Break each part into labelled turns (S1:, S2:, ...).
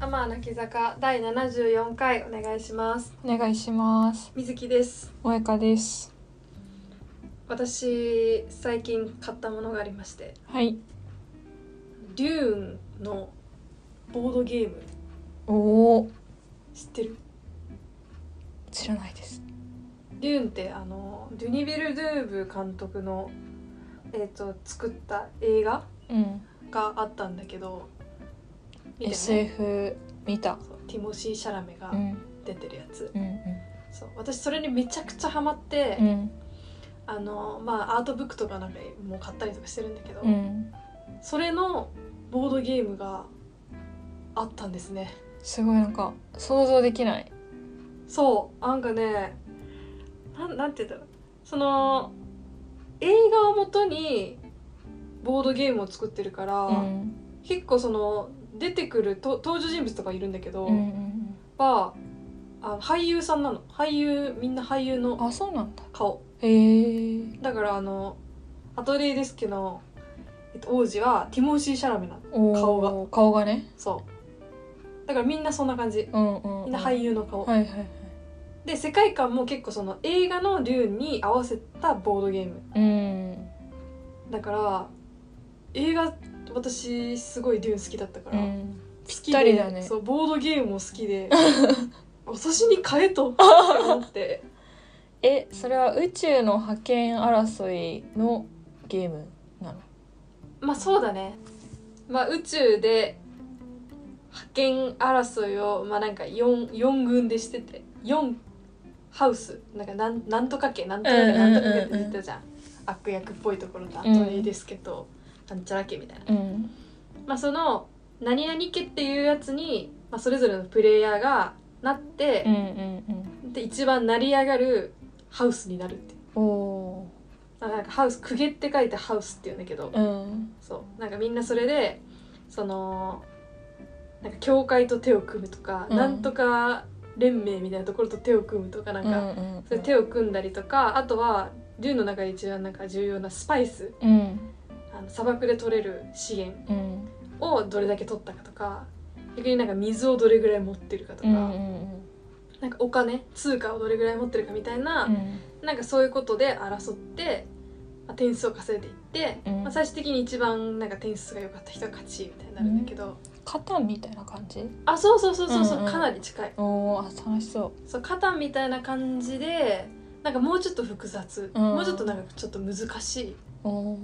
S1: アマーの木坂第74回お願いします
S2: お願いします。
S1: 水木です
S2: 萌香です。
S1: 私最近買ったものがありまして
S2: はい。
S1: デューンのボードゲーム
S2: おお、
S1: 知ってる
S2: 知らないです。
S1: デューンってあのデュニベル・ドゥーブ監督のえっ、と作った映画
S2: うん。
S1: があったんだけど見てね
S2: SF 見た。
S1: そうティモシー・シャラメが
S2: うん
S1: 出てるやつ、
S2: うん
S1: そう私それにめちゃくちゃハマって、
S2: うんうん
S1: あのまあアートブックとかなんかもう買ったりとかしてるんだけど、
S2: うん。
S1: それのボードゲームがあったんですね
S2: すごいなんか想像できない。
S1: そうなんかねなんなんて言うんだろうその映画をもとにボードゲームを作ってるから、
S2: うん
S1: 結構その出てくると登場人物とかいるんだけど、
S2: うんうん
S1: はあ俳優さんなの俳優みんな俳優
S2: う
S1: の
S2: ん。あ、そうなんだ。
S1: 顔
S2: へえ。
S1: だからあのアトレイデス家の、えっと、王子はティモシー・シャラメなの
S2: おー
S1: 顔
S2: 顔がね。
S1: そうだからみんなそんな感じ
S2: うんうん、うん。
S1: みんな俳優の顔、
S2: はいはいはい。
S1: で世界観も結構その映画の竜に合わせたボードゲーム
S2: うん。
S1: だから映画私すごい竜好きだったから、
S2: う
S1: 好
S2: ん。
S1: き
S2: ぴったり
S1: で
S2: だね
S1: そうボードゲームも好き で私に買えと思って
S2: え、それは宇宙の覇権争いのゲームなの。
S1: まあそうだねまあ宇宙で覇権争いをまあなんか 4, 四軍でしてて4ハウスなんかなんなんとか家なんとか家なんとか家って言ってたじゃん,、悪役っぽいところとアトリーですけど、なんちゃら家みたいな、
S2: うん。
S1: まあ、その何々家っていうやつに、まあ、それぞれのプレイヤーがなって
S2: うんう、ん
S1: で一番成り上がるハウスになるって
S2: うん。おお
S1: あなんかハウス公家って書いてハウスって言うんだけど、
S2: ー。うん。
S1: そうなんかみんなそれでそのなんか教会と手を組むとか、
S2: うん
S1: なんとか連盟みたいなところと手を組むとかなんか、
S2: うんうんうん、
S1: それ手を組んだりとかあとは竜の中で一番なんか重要なスパイス
S2: うん
S1: あの砂漠で取れる資源
S2: うん
S1: をどれだけ取ったかとか逆になんか水をどれぐらい持ってるかと
S2: う
S1: か、
S2: んうん
S1: なんかお金通貨をどれぐらい持ってるかみたいな、
S2: うん
S1: なんかそういうことで争って、まあ、点数を稼いでいって、
S2: うん
S1: まあ、最終的に一番なんか点数が良かった人が勝ちみたいになるんだけど、
S2: カタンみたいな感じ
S1: あそうそうそうそうそう、
S2: うんうん
S1: かなり近い
S2: おーあ楽しそ
S1: そうカタンみたいな感じでなんかもうちょっと複雑、
S2: うん
S1: もうちょっとなんかちょっと難しいう
S2: おー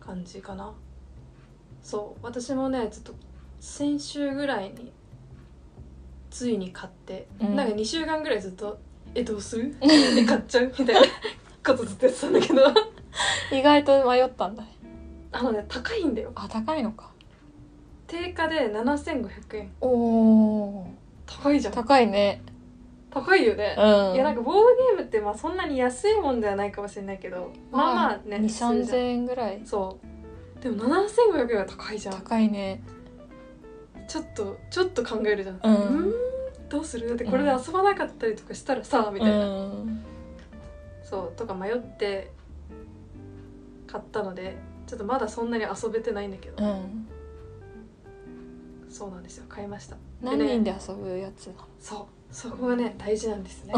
S1: 感じかなそう私もねちょっと先週ぐらいについに買って、
S2: うん
S1: なんか2週間ぐらいずっと「えどうする? 」 って買っちゃうみたいなことずっとやってたんだけど
S2: 意外と迷ったんだね
S1: あのね高いんだよ
S2: あ高いのか
S1: 定価で7500円
S2: おー
S1: 高いじゃん
S2: 高いね
S1: 高いよね
S2: う、ん
S1: いやなんかボードゲームってまあそんなに安いもんではないかもしれないけどまあまあねする
S2: 2 3
S1: じゃん
S2: 千円ぐらい
S1: そうでも7500円は高いじゃん
S2: 高いね
S1: ちょっとちょっと考えるじゃん
S2: うん
S1: ーどうするだってこれで遊ばなかったりとかしたらさ、みたいな、
S2: うん
S1: そうとか迷って買ったのでちょっとまだそんなに遊べてないんだけ
S2: う
S1: ど、
S2: ん
S1: そうなんですよ買いました
S2: 何人で遊ぶやつなの
S1: そうそこがね大事なん ですね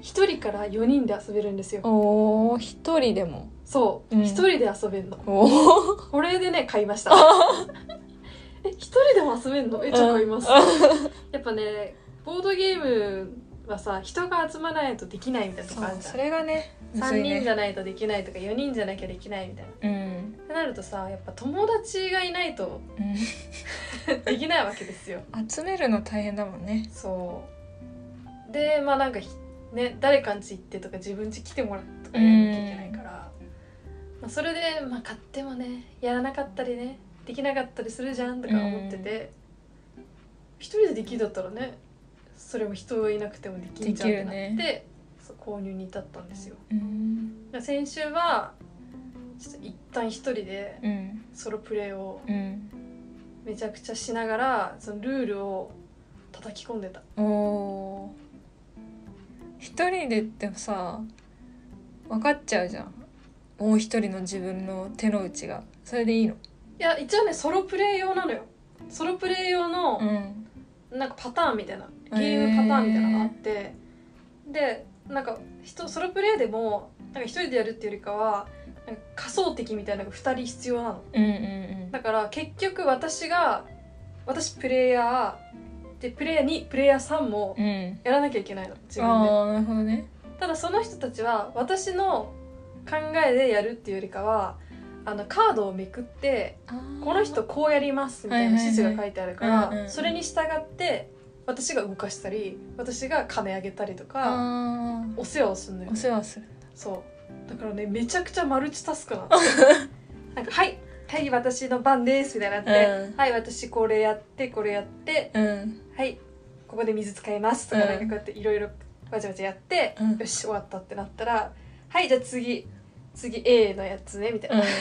S1: 一人から4人で遊べるんですよ
S2: おー一人でも
S1: そう、
S2: うん
S1: 一人で遊べんの
S2: おお
S1: これでね買いました え一人でも遊べんのえじゃあ買います、 やっぱねボードゲームはさ人が集まらないとできないみたいなと
S2: そ
S1: こある
S2: う
S1: じゃん
S2: それがねむず
S1: 3
S2: い
S1: 人じ
S2: ね
S1: ゃないとできないとか4人じゃなきゃできないみたいなっ
S2: うん
S1: てなるとさやっぱ友達がいないとできないわけですよ
S2: うん集めるの大変だもんね
S1: そうでまあなんかひね誰かんち行ってとか自分家来てもらうとかやらなきゃいけないから、まあ、それで、まあ、買ってもねやらなかったりねできなかったりするじゃんとか思ってて一、人でできるんだったらねそれも人がいなくてもできんじゃんってなって、
S2: できる
S1: そう購入に至ったんですよ
S2: うん
S1: で先週はちょっと一旦一人で
S2: うん
S1: ソロプレイを
S2: うん
S1: めちゃくちゃしながらそのルールを叩き込んでた
S2: おー一人でってさ分かっちゃうじゃんもう一人の自分の手の内がそれでいいの
S1: いや一応ねソロプレイ用なのよソロプレイ用の
S2: うん
S1: なんかパターンみたいな、ゲームパターンみたいなのがあって、でなんか人ソロプレイでもなんか一人でやるっていうよりかはなんか仮想敵みたいなのが2人必要なの
S2: うんうん
S1: だから結局私が私プレイヤーでプレイヤー2プレイヤー3も
S2: うんうん
S1: やらなきゃいけないの自分で
S2: ああなるほどね
S1: ただその人たちは私の考えでやるっていうよりかはあのカードをめくってこの人こうやりますみたいな指示が書いてあるか
S2: はいはいはいうんう
S1: ら
S2: ん
S1: それに従って私が動かしたり私が金あげたりとか
S2: あ
S1: お世話をするの
S2: ー
S1: よ
S2: お世話する
S1: そうだからねめちゃくちゃマルチタスクなの なんか「はいはい私の番です」みたいになって「
S2: うん
S1: はい私これやってこれやって
S2: うん
S1: はいここで水使います」とか
S2: うん
S1: なんかこうやっていろいろわちゃわちゃやって、
S2: うん
S1: よし終わったってなったら「はいじゃあ次次 A のやつね」みたいな。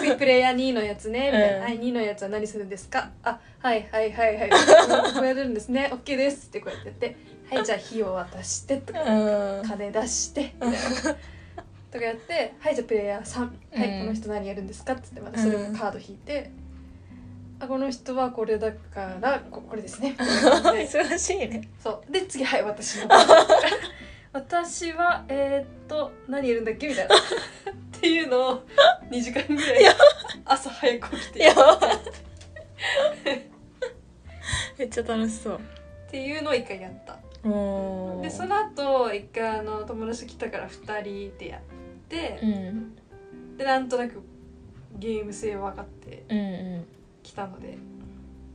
S1: 次プレイヤー2のやつね、みたいな。
S2: うん
S1: はい、2のやつは何するんですかあ、はいはいはいはい。こうやるんですね。OK ですってこうやってやって。はい、じゃあ火を渡してとか、
S2: うん
S1: 金出して、みたいな。とかやって、はい、じゃあプレイヤー3。はい、
S2: うん
S1: この人何やるんですかって言って、またそれもカード引いて。あ、この人はこれだから、ここれです ね。みたいな感じで
S2: 忙しいね
S1: そうで次はい私 の私はえー、っと何やるんだっけみ たいなっていうのを2時間ぐらい朝早く起きて
S2: いや めっちゃ楽しそう
S1: っていうのを1回やった
S2: おー
S1: でその後一回あの友達来たから2人でやって
S2: うん
S1: でなんとなくゲーム性分かって
S2: うんうん
S1: きたので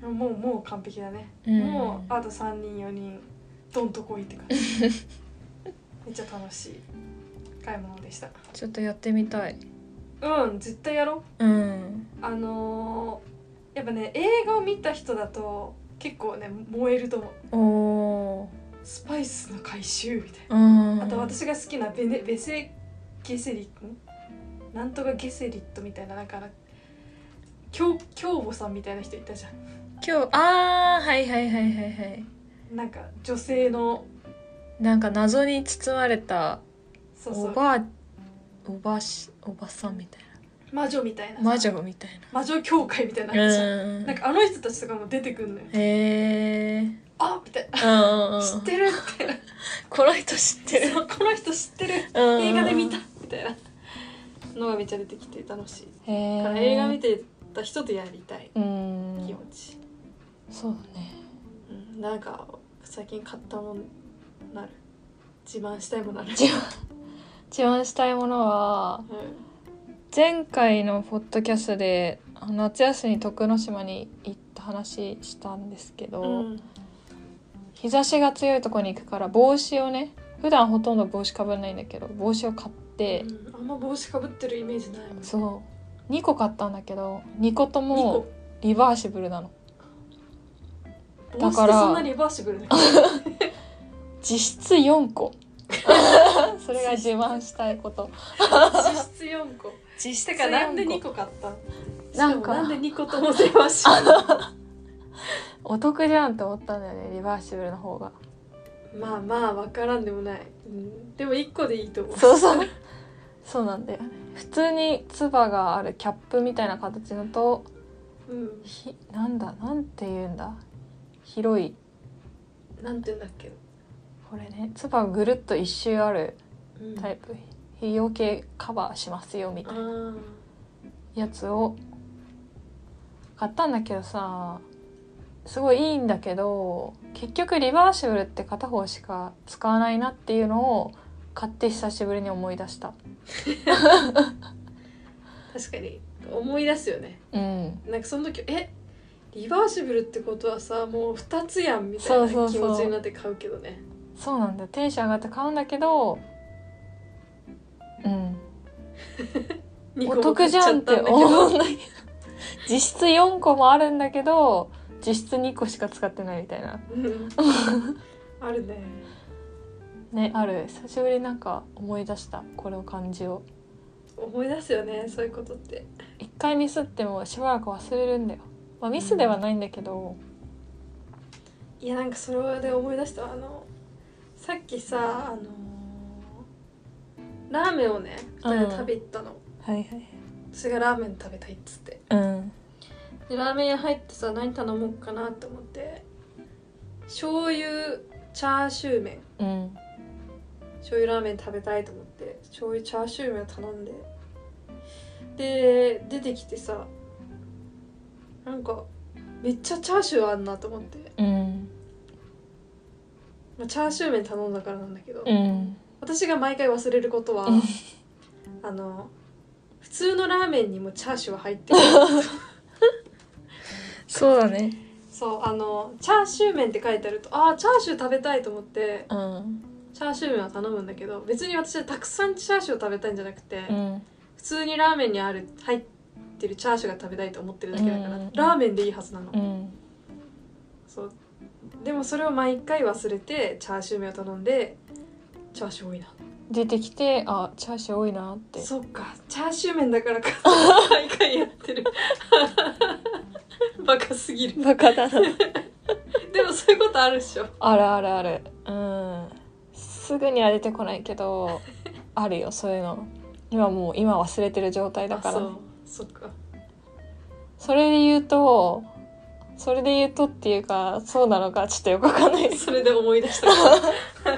S1: もうもう完璧だね、
S2: うん
S1: もうあと3人4人どんとこいって感 じめっちゃ楽しい買い物でした
S2: ちょっとやってみたい
S1: うん絶対やろう
S2: うん
S1: あのーやっぱね映画を見た人だと結構ね燃えると思う
S2: おー
S1: スパイスの回収みたい
S2: うん
S1: なあと私が好きなベネベセゲセリんなんとかゲセリットみたいななんか京京母さんみたいな人いたじゃ
S2: 今日あーはいはいはいはいはい
S1: んなんか女性の
S2: なんか謎に包まれた
S1: そうそ
S2: お
S1: う
S2: ばあおばしおばさんみたい
S1: 魔女みたいな
S2: な魔女みたい
S1: 魔女教会みたいな
S2: な
S1: のあるじゃん
S2: うん
S1: なんかあの人たちとかも出てくんのよ
S2: へえ
S1: あみたいな
S2: うんうんうん
S1: 知ってるみたいな
S2: この人知ってる
S1: そうこの人知ってる映
S2: 映
S1: 画で見たみたいなのがめっちゃ出てきて楽しい
S2: へ
S1: だから
S2: え
S1: 映画見てた人とやりたいう気持
S2: ん
S1: ち、
S2: そうだね
S1: うん、なんか最近買ったもんなる自慢したいもんなる、
S2: 自慢自慢したいものは
S1: う
S2: 前回のポッドキャストであの夏休み徳之島に行った話したんですけ
S1: ん
S2: ど、
S1: うん、
S2: 日差しが強いとこに行くから帽子をね普段ほとんど帽子かぶらないんだけど帽子を買って、
S1: うんあんま帽子かぶってるイメージないもん2
S2: そう2個買ったんだけど2個とも
S1: 個
S2: リバーシブルなの
S1: 帽子
S2: だ
S1: って
S2: から
S1: そんなリバーシブ ルだけ
S2: 実質4個 それが自慢したいこと
S1: ど実質4個
S2: 実質
S1: てかなんで2
S2: 個
S1: 個買ったのし
S2: な
S1: か
S2: ん
S1: も
S2: か
S1: なんで2個ともリバーシブ
S2: お得じゃんと思ったんだよねリバーシブルの方が
S1: ルまあまあわからんでもない、うん、でも1個でいいと思う
S2: そうそうそうなんだよね普通につばがあるキャップみたいな形のと
S1: うん、
S2: ひなんだなんて言うんだ広い
S1: なんて言うんだっけ、
S2: これねつばぐるっと一周ある
S1: うん、
S2: タイプ日よけカバーしますよみた
S1: あ
S2: いな
S1: ー
S2: やつを買ったんだけどさすごいいいんだけど結局リバーシブルって片方しか使わないなっていうのを買って久しぶりに思い出した
S1: 確かに思い出すよね
S2: うん
S1: なんかその時えリバーシブルってことはさもう2つやんみたい
S2: そ
S1: な
S2: うそう
S1: 気
S2: そう
S1: 持ちになって買うけどね
S2: そうなんだよテンション上がって買うんだけどうん
S1: 二個
S2: お
S1: も
S2: 得じゃんって
S1: 買っちゃ
S2: 思
S1: ったんだ
S2: うんだけど 実質4個もあるんだけど実質2個しか使ってないみたいな
S1: けどうんあるね
S2: ねある久しぶりになんか思い出したこの感じを
S1: 思い出すよねそういうことって
S2: 一回ミスってもしばらく忘れるんだよ、まあ、ミスではないんだけど
S1: いやなんかそれで思い出したわあのさっきさあのーラーメンをね2人で食べ行ったの、
S2: はいはい
S1: 私がラーメン食べたいっつって
S2: うん
S1: ででラーメン屋入ってさ何頼もうかなって思って醤油チャーシュー麺
S2: うん
S1: 醤油ラーメン食べたいと思って醤油チャーシュー麺を頼んでで出てきてさなんかめっちゃチャーシューあんなと思って、
S2: うん
S1: まあ、チャーシュー麺頼んだからなんだけど、
S2: うん
S1: 私が毎回忘れることは
S2: うん
S1: あの普通のラーメンにもチャーシューは入 ってる
S2: そうだね
S1: そうあのチャーシュー麺って書いてあるとああチャーシュー食べたいと思って
S2: うん
S1: チャーシュー麺は頼むんだけど別に私はたくさんチャーシューを食べたいんじゃなくて、
S2: うん
S1: 普通にラーメンにある入ってるチャーシューが食べたいと思ってるだけだから、
S2: うん
S1: ラーメンでいいはずなの、
S2: うん
S1: そうでもそれを毎回忘れてチャーシュー麺を頼んでチャーシュー多いな
S2: 出てきてあチャーシュー多いなって
S1: そっかチャーシュー麺だから か毎回やってる バカすぎる
S2: バカだな
S1: でもそういうことあるっしょ
S2: あるあるあるうんすぐには出てこない けどあるよそういうの今もう今忘れてる状態だから
S1: あ
S2: そ
S1: そうそっか
S2: れで言うとそれで言うとっていうかそうなのかちょっとよくわかんないです
S1: それで思い出 したから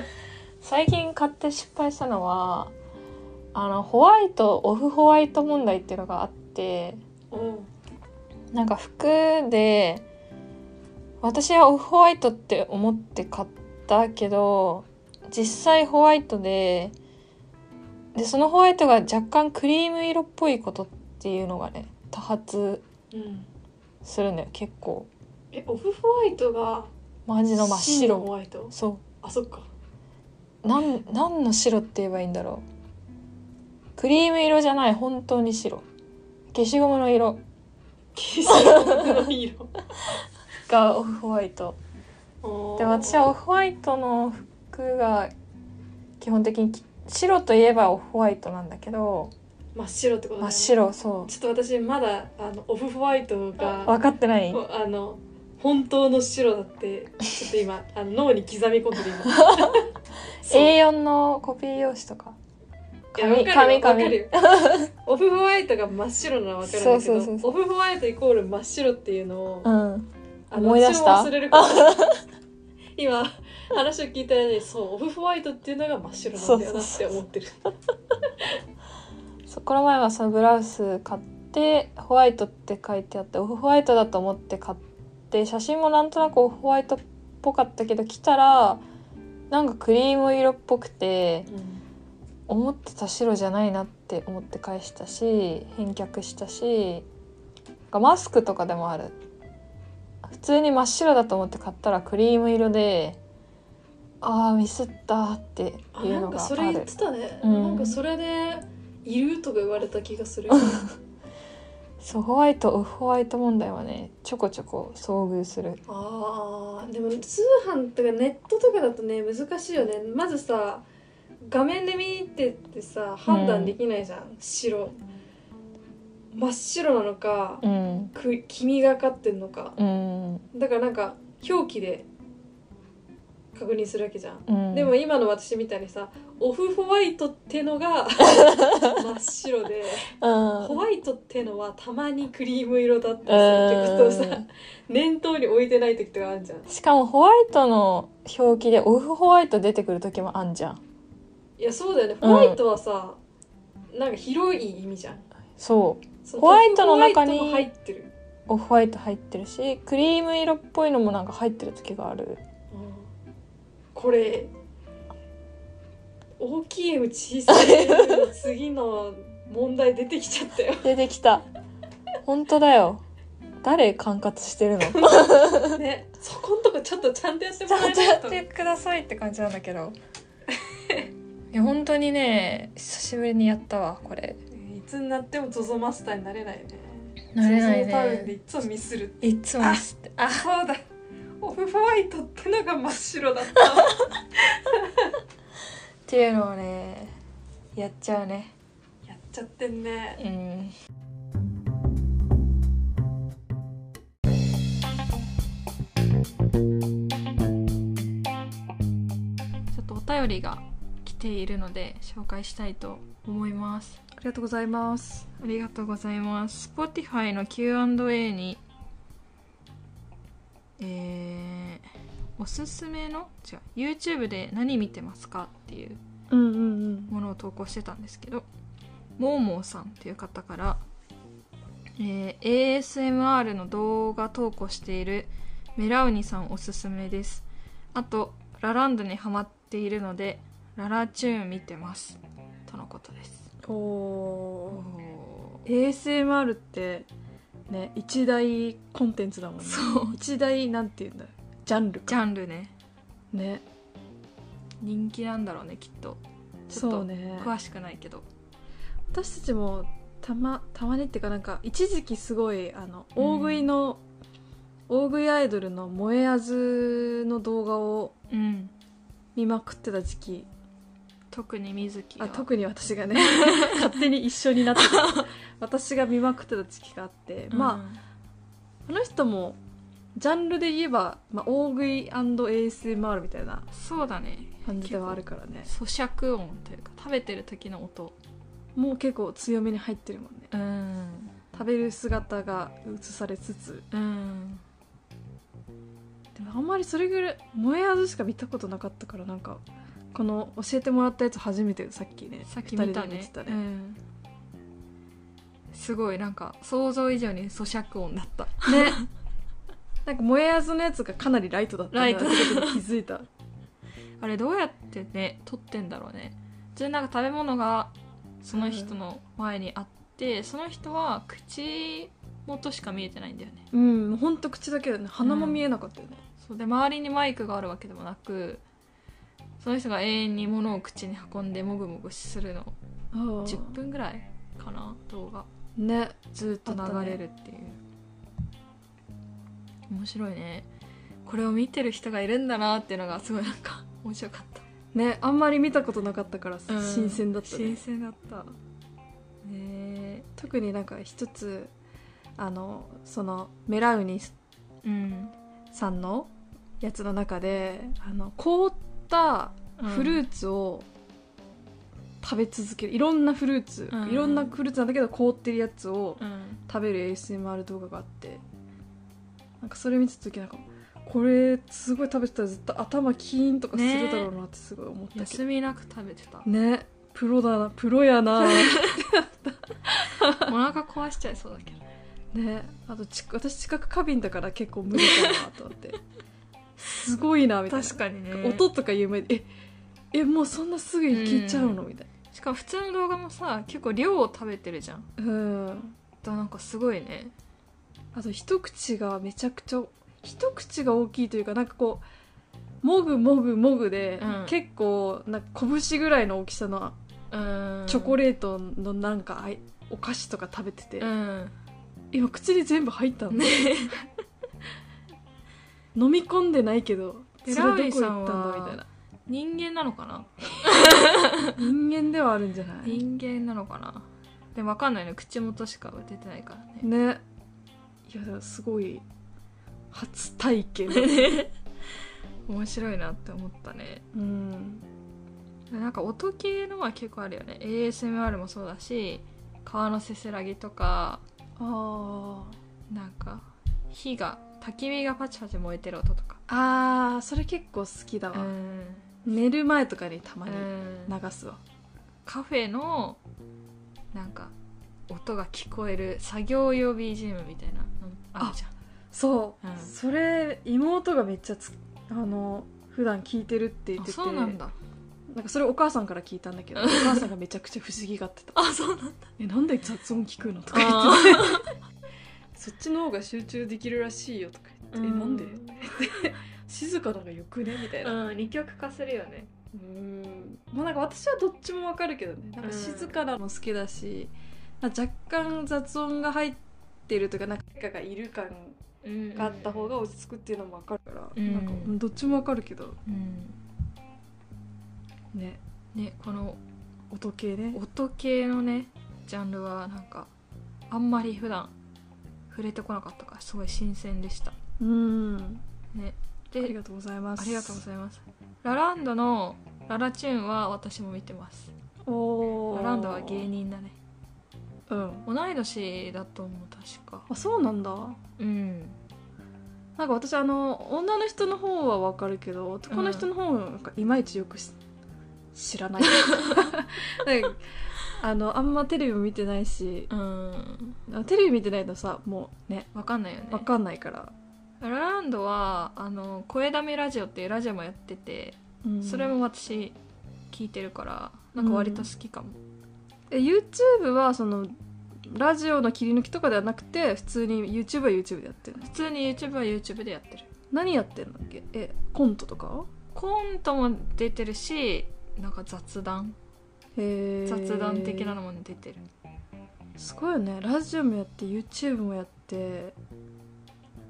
S2: 最近買って失敗したのはあのホワイトオフホワイト問題っていうのがあって
S1: おう
S2: なんか服で私はオフホワイトって思って買ったけど実際ホワイトででそのホワイトが若干クリーム色っぽいことっていうのがね多発
S1: うん、
S2: するんだよ結構
S1: えオフホワイトが
S2: マジの真っ
S1: 真のホ
S2: 白
S1: ワイト
S2: そ
S1: あそっか
S2: うなんなんの白って言えばいいんだろうクリーム色じゃない本当に白消しゴムの色
S1: 消しゴムの色
S2: がオフホワイト
S1: おう
S2: で私はオフホワイトの服が基本的にき白といえばオフホワイトなんだけど
S1: 真っ白ってことだよね
S2: 真っ白そ
S1: ちょっと私まだあのオフホワイト
S2: う
S1: が
S2: 分かってない
S1: おあの本当の白だってちょっと今 あの脳に刻み込んでる 今そう
S2: A4 のコピー用紙とか
S1: いやわ
S2: 紙
S1: かる
S2: 紙
S1: よわかる
S2: 紙
S1: よオフホワイトが真っ白なのはわかるんだけど
S2: そうそうそうそ
S1: オフホワイトイコール真っ白っていうのを、
S2: うん
S1: あの
S2: 思い出した
S1: 私も忘れるから今話を聞いたらねそうオフホワイトっていうのが真っ白なんだよなって思 ってる
S2: そうこの前はそのブラウス買ってホワイトって書いてあってオフホワイトだと思って買って写真もなんとなくオフホワイトっぽかったけど着たらなんかクリーム色っぽくて思ってた白じゃないなって思って返したし返却したしマスクとかでもある普通に真っ白だと思って買ったらクリーム色でああミスったって
S1: あ
S2: いう
S1: な
S2: の
S1: ん
S2: が
S1: か
S2: あ
S1: それ言っ
S2: る
S1: てたね、
S2: うん
S1: なんかそれで「いる?」とか言われた気がする
S2: そうホワイトオフホワイト問題はねちょこちょこ遭遇する
S1: あーでも通販とかネットとかだとね難しいよねまずさ画面で見てってさ判断できないじゃん、白真っ白なのか、
S2: うん
S1: く黄みがかってんのか
S2: うん
S1: だからなんか表記で確認するわけじゃん、
S2: うん
S1: でも今の私みたいにさオフホワイトっての が真っ白で
S2: うん
S1: ホワイトってのはたまにクリーム色だったりするってことを
S2: う
S1: さ
S2: ん
S1: 念頭に置いてない時とかあるじゃん
S2: しかもホワイトの表記でオフホワイト出てくる時もあんじゃん
S1: いやそうだよね
S2: うん
S1: ホワイトはさ、なんか広い意味じゃん
S2: そう
S1: そ
S2: ホワイトの中に
S1: ホワイトも入ってる、
S2: オフホワイト入ってるしクリーム色っぽいのもなんか入ってる時がある
S1: これ大きい M 小さい M の次の問題出てきちゃった よ
S2: 出てきた本当だよ誰管轄してるの ち
S1: ねそこんとこちょっとちゃんとやってもら
S2: ゃ
S1: え
S2: んと
S1: な
S2: や
S1: い
S2: っ
S1: と
S2: てくださいって感じなんだけ どいや本当にね久しぶりにやったわこれ
S1: いつになっても ZOZO マスターになれないね
S2: なれない
S1: ZOZO タウンで
S2: ね
S1: いつもミスる
S2: いつもすってあ
S1: そうだオフホワイトってのが真っ白だ った
S2: っていうのをねやっちゃうね
S1: やっちゃってんね
S2: うんちょっとお便りが来ているので紹介したいと思います
S1: ありがとうございます
S2: ありがとうございます Spotify の Q&A にえーおすすめの違う YouTube で何見てますかっていう
S3: うんうんうん
S2: ものを投稿してたんですけどモーモーさんっていう方から、えー ASMR の動画投稿しているメラウニさんおすすめですあとラランドにハマっているのでララチューン見てますとのことですお
S1: お
S2: ー
S1: ASMR ってね一大コンテンツだもんね
S2: そう
S1: 一大なんて言うんだろうジャンル
S2: ジ
S1: か
S2: ャンルね
S1: ね
S2: 人気なんだろうねきっとちょっ
S1: そ
S2: と
S1: うね
S2: 詳しくないけど
S1: 私たちもたまたまにっていうかなんか一時期すごいあの大食いの、大食いアイドルの「燃えあず」の動画を
S2: うん
S1: 見まくってた時期
S2: 特に水木
S1: あ
S2: が
S1: 特に私 がね勝手に一緒になってた私が見まくってた時期があって、まああの人もジャンルで言えば、まあ、大食い &ASMR みたいな
S2: あそうだね
S1: 感じではあるからね
S2: 咀嚼音というか食べてる時の音
S1: もう結構強めに入ってるもんね
S2: うん
S1: 食べる姿が映されつつ
S2: うん
S1: でもあんまりそれぐらい燃えあずしか見たことなかったからなんかこの教えてもらったやつ初めてさっきね
S2: さっき見た
S1: 二人で
S2: ね
S1: てた
S2: う
S1: ね、
S2: ん、すごいなんか想像以上に咀嚼音だった
S1: ねなんか燃えあずのやつがかなりライトだった
S2: ライ ト
S1: だってことに気づいた
S2: あれどうやってね撮ってんだろうね普通なんか食べ物がその人の前にあって、その人は口元しか見えてないんだよね
S1: うんほんと口だけだよね鼻も見えなかったよね、
S2: そうで周りにマイクがあるわけでもなくその人が永遠に物を口に運んでもぐもぐするの
S1: ああ
S2: 10分ぐらいかな動画
S1: ね
S2: ずっと流れるっていう、面白いねこれを見てる人がいるんだなっていうのがすごいなんか 面白かっ
S1: ねあんまり見たことなかったから
S2: た、
S1: 新鮮だったね、
S2: 新鮮だったねえ
S1: 特になんか一つあのそのメラウニ
S2: うん
S1: さんのやつの中であの凍ったフルーツを食べ続けるいろんなフルーツ、
S2: うん
S1: いろんなフルーツなんだけど凍ってるやつを
S2: うん
S1: 食べる ASMR 動画があってなんかそれ見てた時なんかこれすごい食べてたらずっと頭キーンとかするだろうなってすごい思ったけ
S2: 休
S1: ど
S2: みなく食べてた も
S1: ねプロだなプロや な
S2: うお腹壊しちゃいそうだけど
S1: ねあとち私近く花瓶だから結構無理だなと思ってすごいなみたいな
S2: 確かにね
S1: 音とか有名でええもうそんなすぐいけちゃうの、みたい
S2: しかも普通の動画もさ結構量を食べてるじゃんだ
S1: なうん
S2: からなんかすごいね
S1: あと一口がめちゃくちゃ一口が大きいというかなんかこうもぐもぐもぐで、
S2: うん
S1: 結構なんか拳ぐらいの大きさの
S2: うん
S1: チョコ
S2: レ
S1: レートのなんかあいお菓子とか食べてて、
S2: うん
S1: 今口に全部入ったの、飲み込んでないけどそ
S2: え
S1: れどこ行ったんだみたいな
S2: 人間なのかな
S1: 人間ではあるんじゃない
S2: 人間なのかなでも分かんないね口元しか出てないからね
S1: ねいやでもすごい初体験
S2: 面白いなって思ったね
S1: うん
S2: なんか音系のは結構あるよね ASMR もそうだし川のせせらぎとか
S1: あ
S2: なんか火が焚き火がパチパチ燃えてる音とか
S1: ーあーそれ結構好きだわ、
S2: うん
S1: 寝る前とかにたま
S2: う
S1: に
S2: ん
S1: 流すわ、
S2: カフェのなんか音が聞こえる作業用 BGM みたいなのあるじゃん
S1: そう、
S2: うん
S1: それ妹がめっちゃつあの普段聞いてるって言ってて
S2: あそうなんだ
S1: なんかそれお母さんから聞いたんだけどお母さんがめちゃくちゃ不思議がってた
S2: あそうなんだ
S1: 「えなんで雑音聞くの?」とか
S2: あ
S1: 言ってて「 そっちの方が集中できるらしいよ」とか言って「えなんで?」とか言って「静かのがよくね」みたいな
S2: うん二極化するよね
S1: うんまあなんか私はどっちもわかるけどねなんか静かなのも好きだし、まあ若干雑音が入ってるとかなんか誰かがいる感があった方が落ち着くっていうのもわかるから、
S2: うん
S1: なんかうんどっちもわかるけど
S2: うん
S1: ね
S2: ねこの
S1: 音系ね
S2: 音系のねジャンルはなんかあんまり普段触れてこなかったからすごい新鮮でした
S1: うん
S2: ね
S1: あ
S2: で
S1: りがとうございます
S2: ありがとうござ
S1: い
S2: いますラランドのララチューンは私も見てます
S1: ますおー
S2: ラランドは芸人だね
S1: うん
S2: 同い年だと思う確か
S1: あそうなんだ
S2: うん
S1: なんか私あの女の人の方はわかるけど男の人の方なんかいまいちよくし知 らないなんかあのあんまテレビも見てないし
S2: うん
S1: テレビ見てないとさもうね
S2: わかんないよね
S1: わかんないから、
S2: ララランドはあの声だめラジオっていうラジオもやってて、それも私聞いてるからなんか割と好きかも、
S1: え YouTube はそのラジオの切り抜きとかではなくて普通に YouTube は YouTube でやってる
S2: 普通に YouTube は YouTube でやってる
S1: 何やってんだっけえコントとか
S2: コントも出てるしなんか雑談
S1: へー
S2: 雑談的なのも出てる、
S1: すごいよねラジオもやって YouTube もやって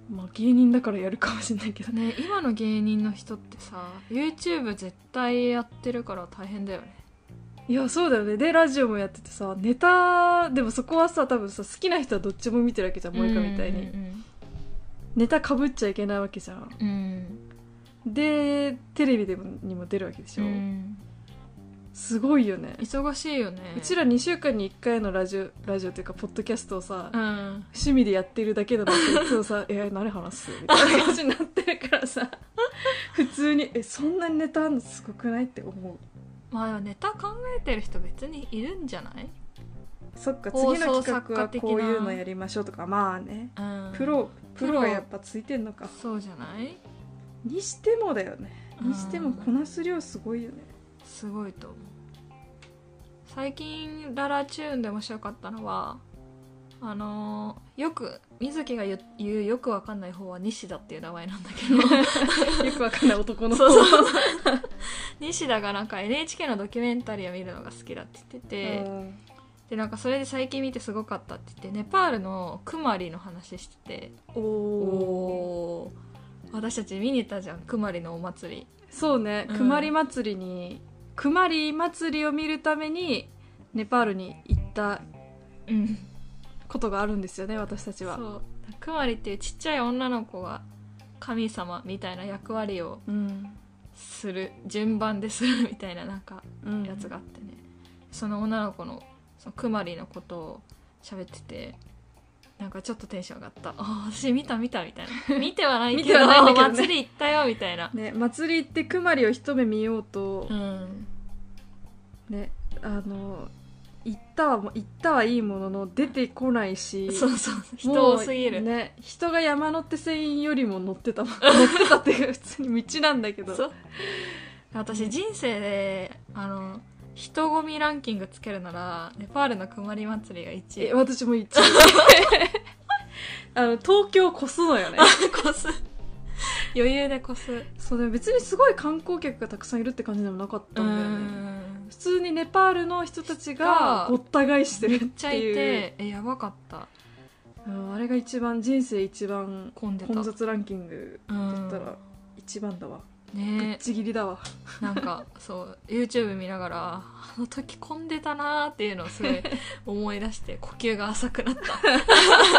S1: まあ芸人だからやるかもしれないけどね
S2: ね今の芸人の人ってさ YouTube 絶対やってるから大変だよね
S1: いやそうだよねでラジオもやっててさネタでもそこはさ多分さ好きな人はどっちも見てるわけじゃん萌歌みたいに、
S2: うん
S1: ネタかぶっちゃいけないわけじゃん
S2: うんうん
S1: でテレビでもにも出るわけでし
S2: う
S1: ょ、
S2: んうん
S1: すごいよね
S2: 忙しいよね
S1: うちら2週間に1回のラジオラジオというかポッドキャストをさ、
S2: うん
S1: 趣味でやってるだけだなっていつもさ「 え何話す?」みたいな感じになってるからさ普通に「えそんなにネタあんのすごくない?」って思う
S2: まあでもネタ考えてる人別にいるんじゃない
S1: そっか
S2: 放
S1: 次
S2: 送
S1: の
S2: 作
S1: 企
S2: 家
S1: 画は
S2: 的な
S1: こういうのやりましょうとかまあね
S2: うん
S1: プロプロ
S2: プ
S1: が
S2: ロ
S1: やっぱついてんのか
S2: そうじゃない
S1: にしてもだよねにしてもこなす量すごいよね
S2: すごいと思う最近「ララチューン」で面白かったのはあのーよく水木が言う言うよくわかんない方は西田っていう名前なんだけど
S1: よくわかんない男の
S2: そうそう西田がなんか NHK のドキュメンタリーを見るのが好きだって言ってて、
S1: うん
S2: でなんかそれで最近見てすごかったって言ってネパールのクマリの話してて
S1: お
S2: お
S1: お
S2: おー私たち見に行ったじゃんクマリのお祭り
S1: そうね
S2: うん
S1: くまり祭りにくまり祭りを見るためにネパールに行った
S2: うん
S1: ことがあるんですよね私たちは
S2: そうクマリっていうちっちゃい女の子が神様みたいな役割を
S1: うん
S2: する順番でするみたいななんか
S1: うん
S2: やつがあってね、その女の子のそのクマリのことを喋っててなんかちょっとテンション上がった「あー私見た見た」みたい な「見てはないけ
S1: 見て
S2: ど
S1: はないんだけどね
S2: 祭り行ったよ」みたいな、
S1: ね祭り行ってくまりを一目見ようと、
S2: うん、
S1: ねあの行ったはもう行ったはいいものの出てこないし
S2: そうそうそう
S1: もう
S2: 人多すぎる、
S1: ね人が山手線よりも乗ってたもん乗ってたっていうか普通に道なんだけ
S2: そ
S1: ど
S2: う私人生であの人混みランキングつけるならネパールのくまり祭りが1位
S1: え私も一位あの東京越すのよね
S2: こす余裕でこす
S1: そうね別にすごい観光客がたくさんいるって感じでもなかったんだよね
S2: め
S1: 普通にネパールの人たち
S2: が
S1: がごった返してるっ
S2: っちゃ
S1: て
S2: い
S1: いう
S2: てえやばかった
S1: うんあれが一番人生一番
S2: 混んでた
S1: 混雑ランキング
S2: うん
S1: だったら一番だわ、ぶっ
S2: ね
S1: ちぎりだわ
S2: なんかそう YouTube 見ながらあの時混んでたなーっていうのをすごい思い出して呼吸が浅くなった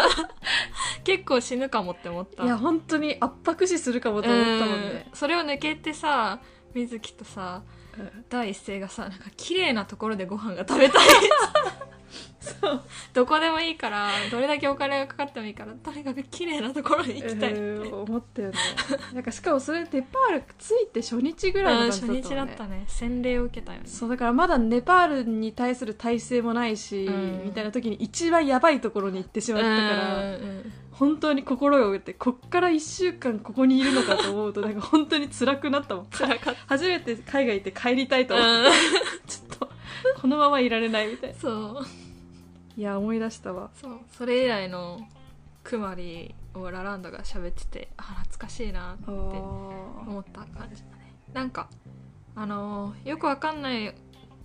S2: 結構死ぬかもって思った
S1: いや本当に圧迫死するかもと思ったもんね
S2: う、んそれを抜けてさ水木とさ
S1: うん
S2: 第一声がさなんか綺麗なところでご飯が食 べたい
S1: そう
S2: どこでもいいからどれだけお金がかかってもいいからとにかく綺麗なところに行きたい、
S1: うん思ったよね なんかしかもそれネパール着いて初日ぐらい
S2: うん
S1: の
S2: 初
S1: 感じ
S2: 日
S1: だ
S2: だ
S1: ったもん
S2: っ
S1: ね
S2: たね洗礼を受けたよね
S1: そうだからまだネパールに対する体制もないし、
S2: うん
S1: みたいな時に一番やばいところに行ってしまったから、
S2: うんうん
S1: 本当に心が折れてこっから1週間ここにいるのかと 思うとなんか本当に辛くなったもん
S2: 辛かっ
S1: 初めて海外行って帰りたいと
S2: た、
S1: 思って、ちょっとこのままいられないみたいな
S2: そう
S1: いや思い出したわ
S2: そうそれ以来のくまりをラランドが喋っててあ懐かしいなって思った感じだねなんかあのーよくわかんない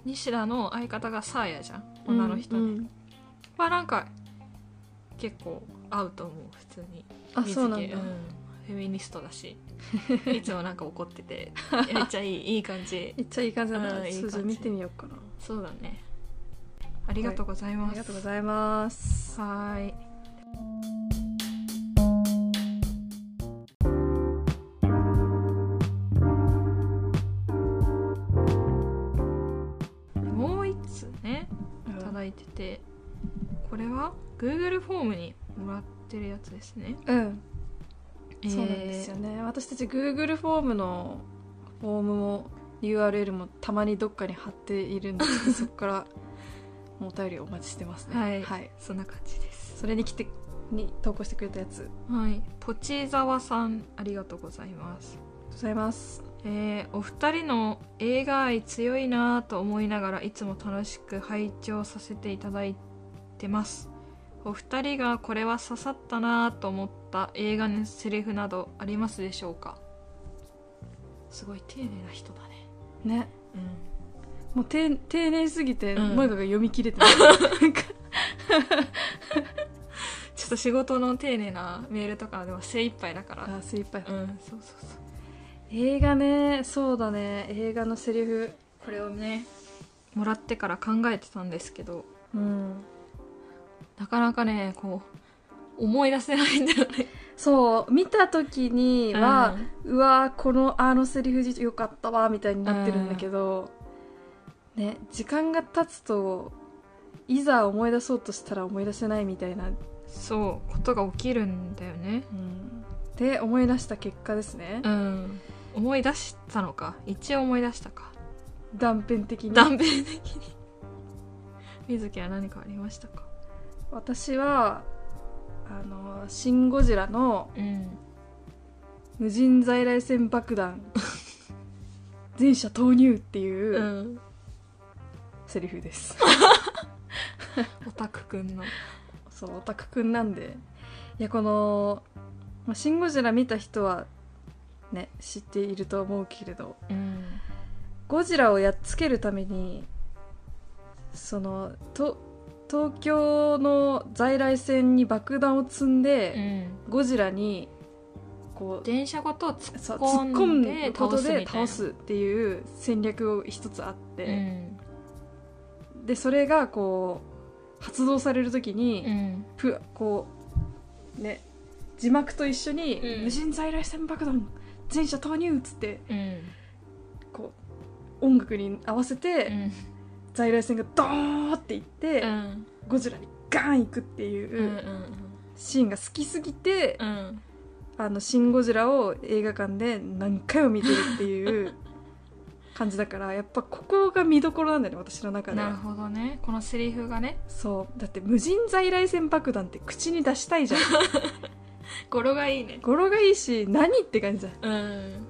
S2: 西田の相方がサーヤじゃん女の人で、
S1: う
S2: は
S1: んうん
S2: なんか結構合うと思う普通に
S1: あ
S2: 水木
S1: そうなんだ、
S2: フェミニスト だしいつもなんか怒っててめっちゃいいいい感じ
S1: めっちゃいい感じだな、
S2: うんいい
S1: ちょ
S2: 感
S1: っ
S2: じ
S1: と見てみようかな
S2: そうだねありがとうござい
S1: あ
S2: ま
S1: り
S2: す
S1: がとうございます
S2: はーいもう一つねいただいててこれは Google フォームにもらってるやつですね
S1: うんそうなんですよ
S2: えー私たち Google フォームのフォームも URL もたまにどっかに貼っているんです けどそこからもうお便りお待ちしてますねはいそんな感じです
S1: それに来て
S2: に
S1: 投稿してくれたやつ
S2: はいポチザワさんありがとうございます
S1: ございます
S2: えーお二人の映画愛強いなぁと思いながらいつも楽しく拝聴させていただいてますお二人がこれは刺さったなぁと思った映画のセリフなどありますでしょうかすごい丁寧な人だね
S1: ね
S2: もう丁丁寧すぎて
S1: うん
S2: 萌歌が読み切れてない、 なんかちょっと仕事の丁寧なメールとかでも精一杯だから
S1: あ精一杯
S2: うんそうそうそう
S1: 映画ねそうだね映画のセリフこれをね
S2: もらってから考えてたんですけど
S1: うん
S2: なかなかねこう思い出せないんだよね
S1: そう見た時には、うわーこのあのセリフよかったわみたいになってるんだけど、ね時間が経つといざ思い出そうとしたら思い出せないみたいな、
S2: そうことが起きるんだよね
S1: うん、で思い出した結果ですね
S2: う、ん思い出したのか一応思い出したか
S1: 断片的に
S2: 断片的に水木は何かありましたか
S1: 私はあの「シン・ゴジラ」の
S2: うん
S1: 無人在来線爆弾全車投入って
S2: う
S1: いうんセリフです、
S2: オタクくんの
S1: そうオタクくんなんでいやこの「まあシン・ゴジラ」見た人はね知っていると思うけれど
S2: うん
S1: ゴジラをやっつけるためにそのと東京の在来線に爆弾を積んで、ゴジラにこう
S2: 電車ごと突っ
S1: そう
S2: 込
S1: 突っ
S2: ん
S1: 込
S2: で
S1: むことで
S2: 倒
S1: 倒
S2: す
S1: すっていう戦略を一つあっ
S2: みたいな
S1: て、でそれがこう発動される時に、
S2: うん
S1: ぷこうね字幕と一緒に「
S2: うん
S1: 無人在来線爆弾全車投入」っつって
S2: うん
S1: こう音楽に合わせて、
S2: うん
S1: 在来線がドーっていって、
S2: うん
S1: ゴジラにガーン行くって
S2: うんう
S1: いうんシーンが好きすぎて、
S2: うん
S1: あの「シン・ゴジラ」を映画館で何回も見てるっていう 感じだからやっぱここが見どころなんだよね私の中で
S2: なる
S1: は
S2: ほどねこのセリフがね
S1: そうだって無人在来線爆弾って口に出したい じゃん
S2: 語呂がいいね
S1: 語呂がいいし何って感じじゃん
S2: うん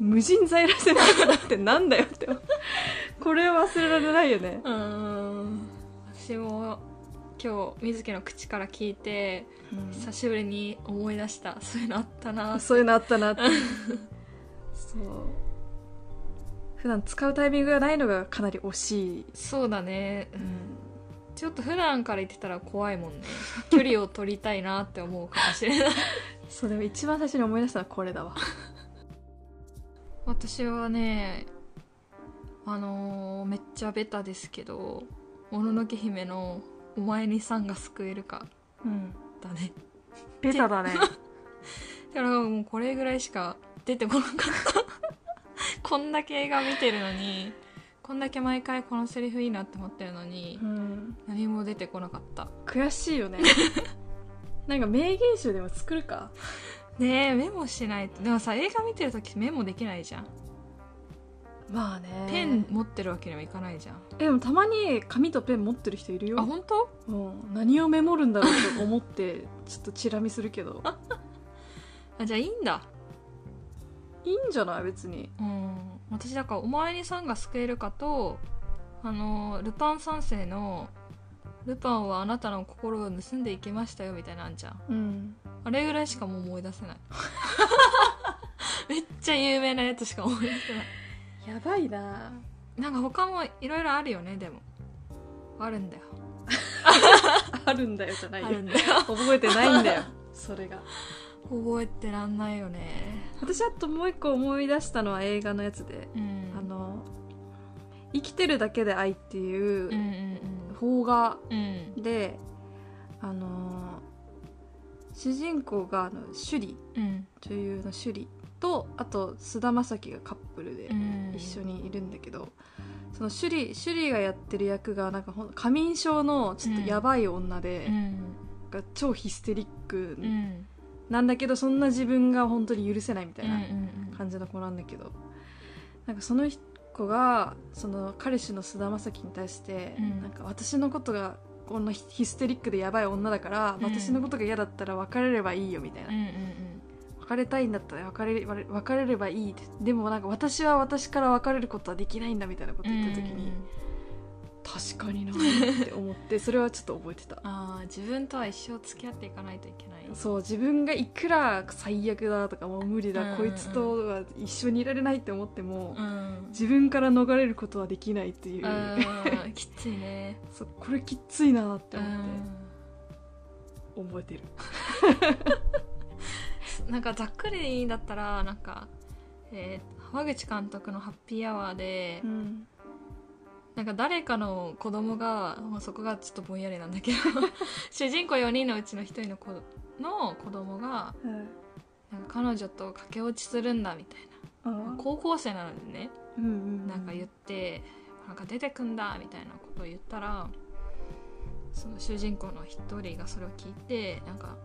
S1: 無人在来線爆弾ってなんだよってこれは忘れられないよね、
S2: うん私も今日水木の口から聞いて久しぶりに思い出したそういうのあったな
S1: あそういうのあった なってそう普段使うタイミングがないのがかなり惜しい、
S2: そうだね
S1: うん
S2: ちょっと普段から言ってたら怖いもんね距離を取りたいなって思うかもしれない
S1: そうでも一番最初に思い出したのはこれだわ
S2: 私はねあのーめっちゃベタですけど「もののけ姫」の「お前にさんが救えるか
S1: うん」
S2: だね
S1: ベタだね
S2: だからもうこれぐらいしか出てこなかった こんだけ映画見てるのにこんだけ毎回このセリフいいなって思ってるのに
S1: うん
S2: 何も出てこなかった
S1: 悔しいよ ねなんか名言集でも作るか
S2: ねえメモしないとでもさ映画見てる時メモできないじゃん
S1: まあね
S2: ペン持ってるわけにはいかないじゃん
S1: えでもたまに紙とペン持ってる人いる
S2: あ
S1: よ、
S2: 本当
S1: うん、何をメモるんだろうと思ってちょっとチラ見するけど
S2: あじゃあいいんだ
S1: いいんじゃない別に
S2: うん私だから「お前にさんが救えるかと」あのルパン三世の「ルパンはあなたの心を盗んでいきましたよ」みたいなのあんじゃん
S1: うん
S2: あれぐらいしかもう思い出せない めっちゃ有名なやつしか思い出せない
S1: やばいな
S2: なんか他もいろいろあるよねでもあるんだよ
S1: あるんだよじゃない
S2: あ
S1: よ
S2: るんだ よ
S1: 覚えてないんだよ それが
S2: 覚えてらんないよね
S1: 私あともう一個思い出したのは映画のやつで、
S2: うん
S1: あの「生きてるだけで愛」って
S2: うんう
S1: いうん邦画
S2: うんうん
S1: で、あのー主人公があの趣里
S2: うん
S1: 女優の趣里とあと菅田将暉がカップルで
S2: うん
S1: 一緒にいるんだけど、その趣里趣里がやってる役がなんかほん過眠症のちょっとやばい女で、
S2: うん
S1: が超ヒステリック
S2: うん
S1: なんだけどそんな自分が本当に許せないみたいな
S2: うん
S1: 感じの子なんだけど、なんかその子がその彼氏の菅田将暉に対して、
S2: うん
S1: なんか私のことがこんなヒヒステリックでやばい女だから、
S2: うん
S1: 私のことが嫌だったら別れればいいよみたいな、
S2: うん
S1: 別れたいんだったら別れ別れればいいってでもなんか私は私から別れることはできないんだみたいなこと言った時に、確かになって思ってそれはちょっと覚えてた
S2: ああ自分とは一生付き合っていかないといけない
S1: そう自分がいくら最悪だとかもう無理だ、
S2: うんうん
S1: こいつとは一緒にいられないって思っても、
S2: うん
S1: 自分から逃れることはできないっていう、
S2: うんきついね
S1: そうこれきついなって
S2: う
S1: 思っ
S2: ん
S1: て、覚えてる
S2: なんかざっくりだったらなんか、えー浜口監督の「ハッピーアワーで」
S1: ん
S2: なんか誰かの子供が、まあ、そこがちょっとぼんやりなんだけど主人公4人のうちの1人の子の子供が
S1: うん
S2: なんか彼女と駆け落ちするんだみたい
S1: あ
S2: な高校生なのにね
S1: うんうん
S2: なんか言ってなんか出てくんだみたいなことを言ったらその主人公の1人がそれを聞いてなんか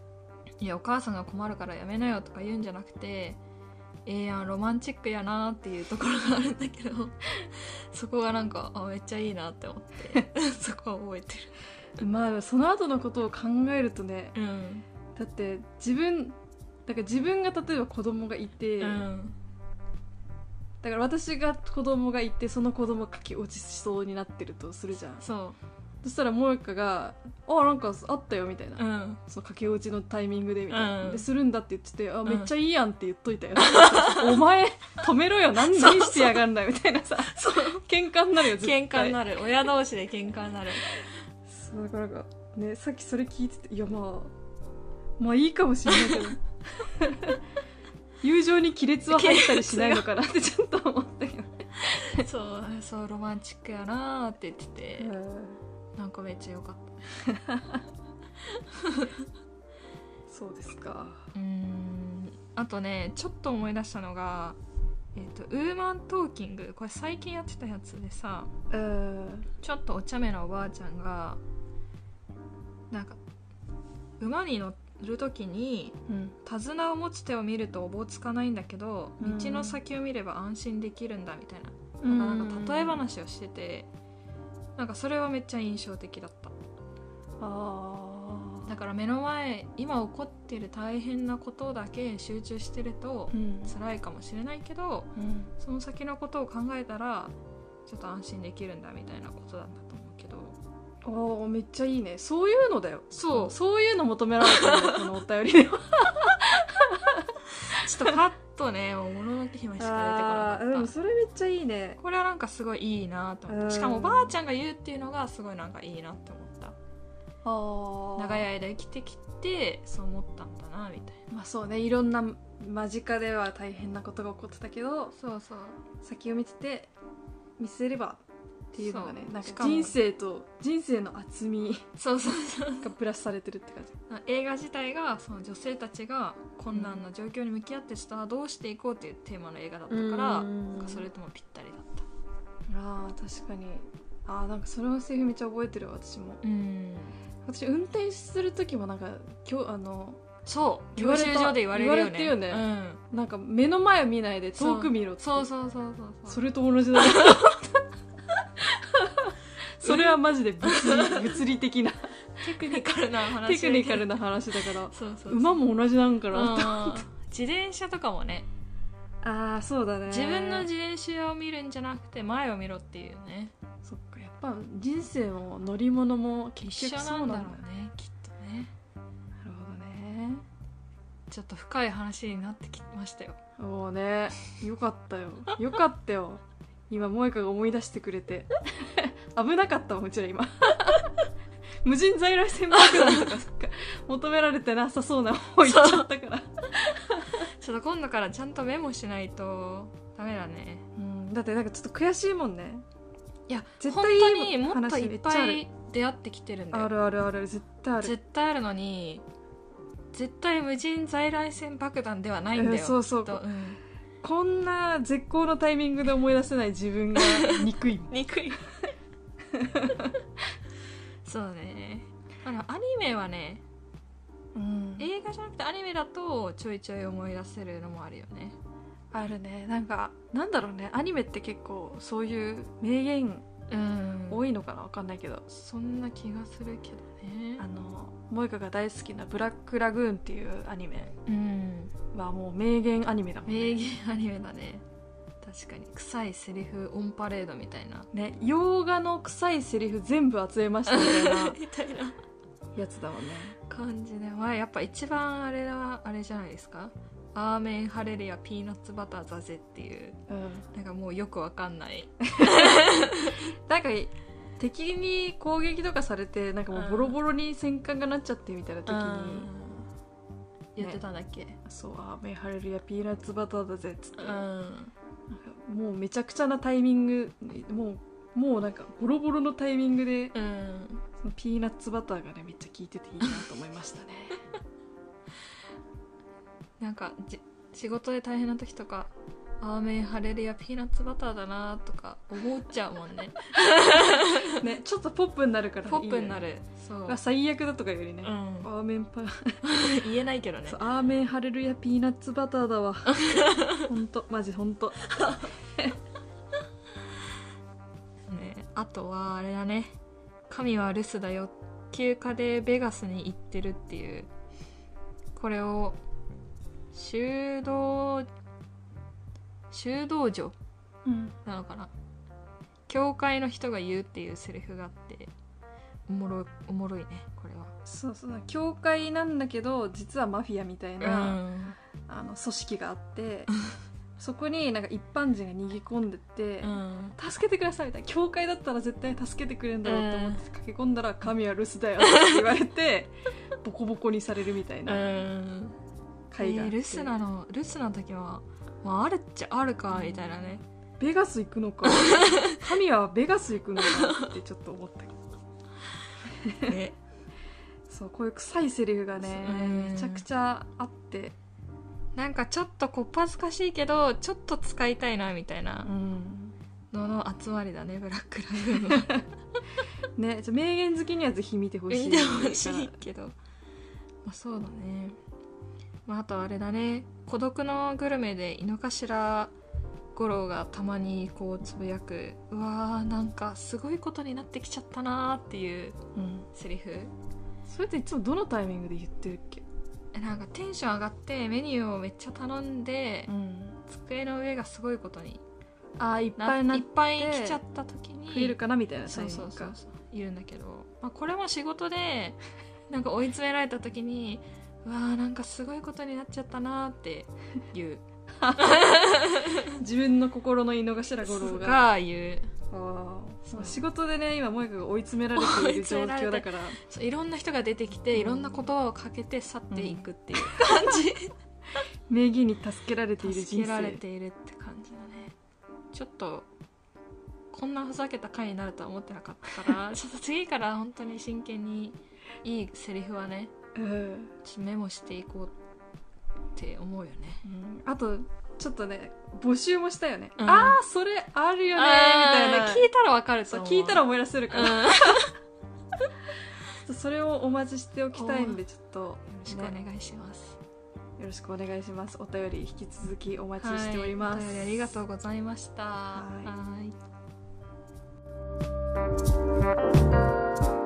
S2: 「いやお母さんが困るからやめなよ」とか言うんじゃなくて「ええやんロマンチックやな」っていうところがあるんだけど そこがなんかあめっちゃいいなって思って そこは覚えて
S1: まあその後のことを考えるとね
S2: る。うん
S1: だって自分だから自分が例えば子供がいて、
S2: うん
S1: だから私が子供がいてその子供が駆け落ちしそうになってるとするじゃん
S2: そ
S1: そしたら萌歌が「あなんかあったよ」みたいな、
S2: ううん
S1: その駆け落ちのタイミングでみたいな、
S2: うん
S1: でするんだって言ってて「あ、
S2: ん
S1: めっちゃいいやん」って言っといたよ お前止めろよ何
S2: そう
S1: 何してやがんだよみたいなさ喧嘩になるよ絶対
S2: 喧嘩になる親同士で喧嘩に なる
S1: そうだからなんかねさっきそれ聞いてていやまあまあいいかもしれないけど 友情に亀裂は入ったりしないのかなってちょっと思ったけど、
S2: そうそうロマンチックやなーって言ってて。なんかめっちゃ良かっ
S1: そうですか
S2: たうんあとねちょっと思い出したのが、えーと「ウーマントーキング」これ最近やってたやつでさ
S1: うん
S2: ちょっとお茶目なおばあちゃんがなんか馬に乗る時に
S1: うん
S2: 手綱を持つ手を見るとおぼつかないんだけど
S1: うん
S2: 道の先を見れば安心できるんだみたいな,、
S1: な
S2: なんか例え話をしててなんかそれはめっちゃ印象的だった。
S1: あ
S2: だから目の前今起こってる大変なことだけ集中してると
S1: うん
S2: 辛いかもしれないけど
S1: うん
S2: その先のことを考えたらちょっと安心できるんだみたいなことだったと思うけど
S1: あーめっちゃいいねそういうのだよ
S2: そう
S1: そういうの求められてるんだよこのお便 りでは
S2: ちょっとパッとね もうもののけ姫しか
S1: あー
S2: 出て
S1: で
S2: こ
S1: も
S2: なかっ
S1: それめっちゃいいね
S2: たこれはなんかすごいいいなと思っ
S1: うん
S2: てしかもおばあちゃんが言うっていうのがすごいなんかいいなって思った
S1: あ
S2: 長い間生きてきてそう思ったんだなみたい
S1: まあそうねいろんな間近では大変なことが起こってたけど
S2: なそうそう
S1: 先を見てて見据えればっていうのがね
S2: そう
S1: なん
S2: し
S1: か
S2: かも
S1: 人生と人生の厚み
S2: そうそうそう
S1: がプラスされてるって感じ
S2: 映画自体がその女性たちが困難な状況に向き合ってスターどうしていこうっていうテーマの映画だったから、
S1: うん
S2: なんかそれともぴったりだった
S1: あー確かにあーなんかそれのセリフめっちゃ覚えてるわ私も
S2: うん
S1: 私運転する時もなんか今日あの
S2: そう
S1: 言
S2: 教
S1: われた
S2: 習所で言われる
S1: 言わ
S2: よね
S1: れてるよね
S2: うん
S1: なんか目の前を見ないで遠く見ろって
S2: そうそうそうそう
S1: そうれと同じだな それはマジで物理物理的な
S2: テクニカルな話
S1: テクニカルな話だから
S2: そうそうそう
S1: 馬も同じなんか
S2: うん
S1: な
S2: 自転車とかもね
S1: あーそうだね
S2: 自分の自転車を見るんじゃなくて前を見ろっていうね
S1: そっかやっぱ人生も乗り物も結
S2: 一
S1: 局
S2: 緒な
S1: そうんな
S2: だ
S1: ん
S2: ろ
S1: だ
S2: うねきっとね
S1: なるほどね
S2: ちょっと深い話になってきましたよ
S1: もうねよかったよよかったよ今萌香が思い出してくれて危なかったもんうちら今 無人在来線爆弾とかそっか求められてなさそうな方行っちゃったから
S2: ちょっと今度からちゃんとメモしないとダメだね
S1: うんだってなんかちょっと悔しいもんね
S2: いや
S1: 絶
S2: 本
S1: 対いい
S2: 当にもっと
S1: 話
S2: い
S1: め
S2: っ
S1: っちゃあ
S2: ぱ
S1: る
S2: い出会ってきてるんだ
S1: あ
S2: よ
S1: るあるある絶対ある
S2: 絶対あるのに絶対無人在来線爆弾ではないんだよ、
S1: うんそうそう
S2: きっとうん
S1: こんな絶好のタイミングで思い出せない自分が憎いもん
S2: 憎 いそうねあのアニメはね
S1: うん
S2: 映画じゃなくてアニメだとちょいちょい思い出せるのもあるよね
S1: あるねなんかなんだろうねアニメって結構そういう名言
S2: うん
S1: 多いのかなわかんないけど、
S2: そんな気がするけどね
S1: あの萌歌が大好きな「ブラック・ラグーン」っていうアニメ
S2: うん
S1: はもう名言アニメだもん
S2: 名言アニメだね確かに臭いセリフオンパレードみたいな
S1: ね洋画の臭いセリフ全部集めましたみたいな
S2: みたいな
S1: やつだもんね
S2: 感じではやっぱ一番あれはあれじゃないですかアーメンハレルヤピーナッツバターザゼっていう
S1: うん
S2: なんかもうよくわかんないなんか
S1: 敵に攻撃とかされてなんかもうボロボロに戦艦がなっちゃってみたいな時に、
S2: 言ってたんだっけ、
S1: そうあーメンハレルヤピーナッツバターだぜっつって、
S2: う
S1: なんか
S2: ん
S1: もうめちゃくちゃなタイミングもうもうなんかボロボロのタイミングで
S2: うん
S1: そのピーナッツバターがねめっちゃ効いてていいなと思いましたね
S2: なんかじ仕事で大変な時とかアーメンハレルヤピーナッツバターだなとか思っちゃうもん ね
S1: ねちょっとポップになるからいい
S2: ポ
S1: よね
S2: ップになるそう
S1: まあ、最悪だとかよりね、
S2: うん
S1: アーメンパ
S2: 言えないけどね
S1: そうアーメンハレルヤピーナッツバターだ わほんとマジほんと
S2: ねあとはあれだね「神は留守だよ」休暇でベガスに行ってるっていうこれを修道修道女
S1: うん
S2: なのかな教会の人が言うっていうセリフがあっておもろいおもろいねこれは。
S1: そうそう教会なんだけど実はマフィアみたいな、
S2: ん
S1: あの組織があってそこになんか一般人が逃げ込んでって、
S2: うん、
S1: 助けてくださいみたいな教会だったら絶対助けてくれるんだろうと思って駆け込んだら「神は留守だよ」って言われてボコボコにされるみたいな会があ
S2: え
S1: って、
S2: ー留守なの留守の時は、まあ、あるっちゃあるかみたいなね、
S1: ベガス行くのか神はベガス行くのかってちょっと思ったけど
S2: ね
S1: そうこういう臭いセリフが
S2: うん
S1: ねめちゃくちゃあって、
S2: なんかちょっとこっぱずかしいけどちょっと使いたいなみたいなのの集まりだねブラックラグーンは
S1: ねじゃあ名言好きにはぜひ見てほしい
S2: 見てほしいけど、まあ、そうだね、まあ、あとあれだね「孤独のグルメ」で井の頭五郎がたまにこうつぶやく「うわーなんかすごいことになってきちゃったな」っていう
S1: うん
S2: セリフ
S1: それっていつもどのタイミングで言ってるっけ、
S2: なんかテンション上がってメニューをめっちゃ頼んで、
S1: ん、
S2: 机の上がすごいことに
S1: あーいっ
S2: な
S1: ぱいなっ
S2: いっぱい
S1: なって
S2: 来ちゃった時に
S1: 食えるかなみたいなタ
S2: そ
S1: イミ
S2: う
S1: ング
S2: そ
S1: か
S2: うそうそう言うんだけど、まあ、これも仕事で なんか追い詰められた時にうわーなんかすごいことになっちゃったなーって 言う
S1: 自分の心の井の頭五郎が
S2: が言う
S1: あー
S2: そう
S1: 仕事でね今萌歌が追い詰められている状況だから
S2: そういろんな人が出てきて、
S1: うん
S2: いろんな言葉をかけて去っていくっていう感
S1: 名義に助けられてい
S2: じ、
S1: る
S2: 助
S1: 人
S2: けられ
S1: 生
S2: ているって感じだねちょっとこんなふざけた回になるとは思ってなかったから ちょっと次から本当に真剣にいいセリフはね
S1: うん
S2: ちょっとメモしていこうって思うよね
S1: うんあとちょっとね募集もしたよね、
S2: うん
S1: ああそれあるよねみたいな
S2: あー
S1: 聞
S2: 聞
S1: い
S2: いたらわかると
S1: そう
S2: 思う
S1: 聞いたら思い出せるから、ちょ
S2: うん、よ
S1: っとそれをお待ちしておきたいんでちょっと
S2: ろしくお願いします。
S1: よろしくお願いしますお便り引き続きお待ちしております、
S2: はいお便りありがとうございました。
S1: はい
S2: はい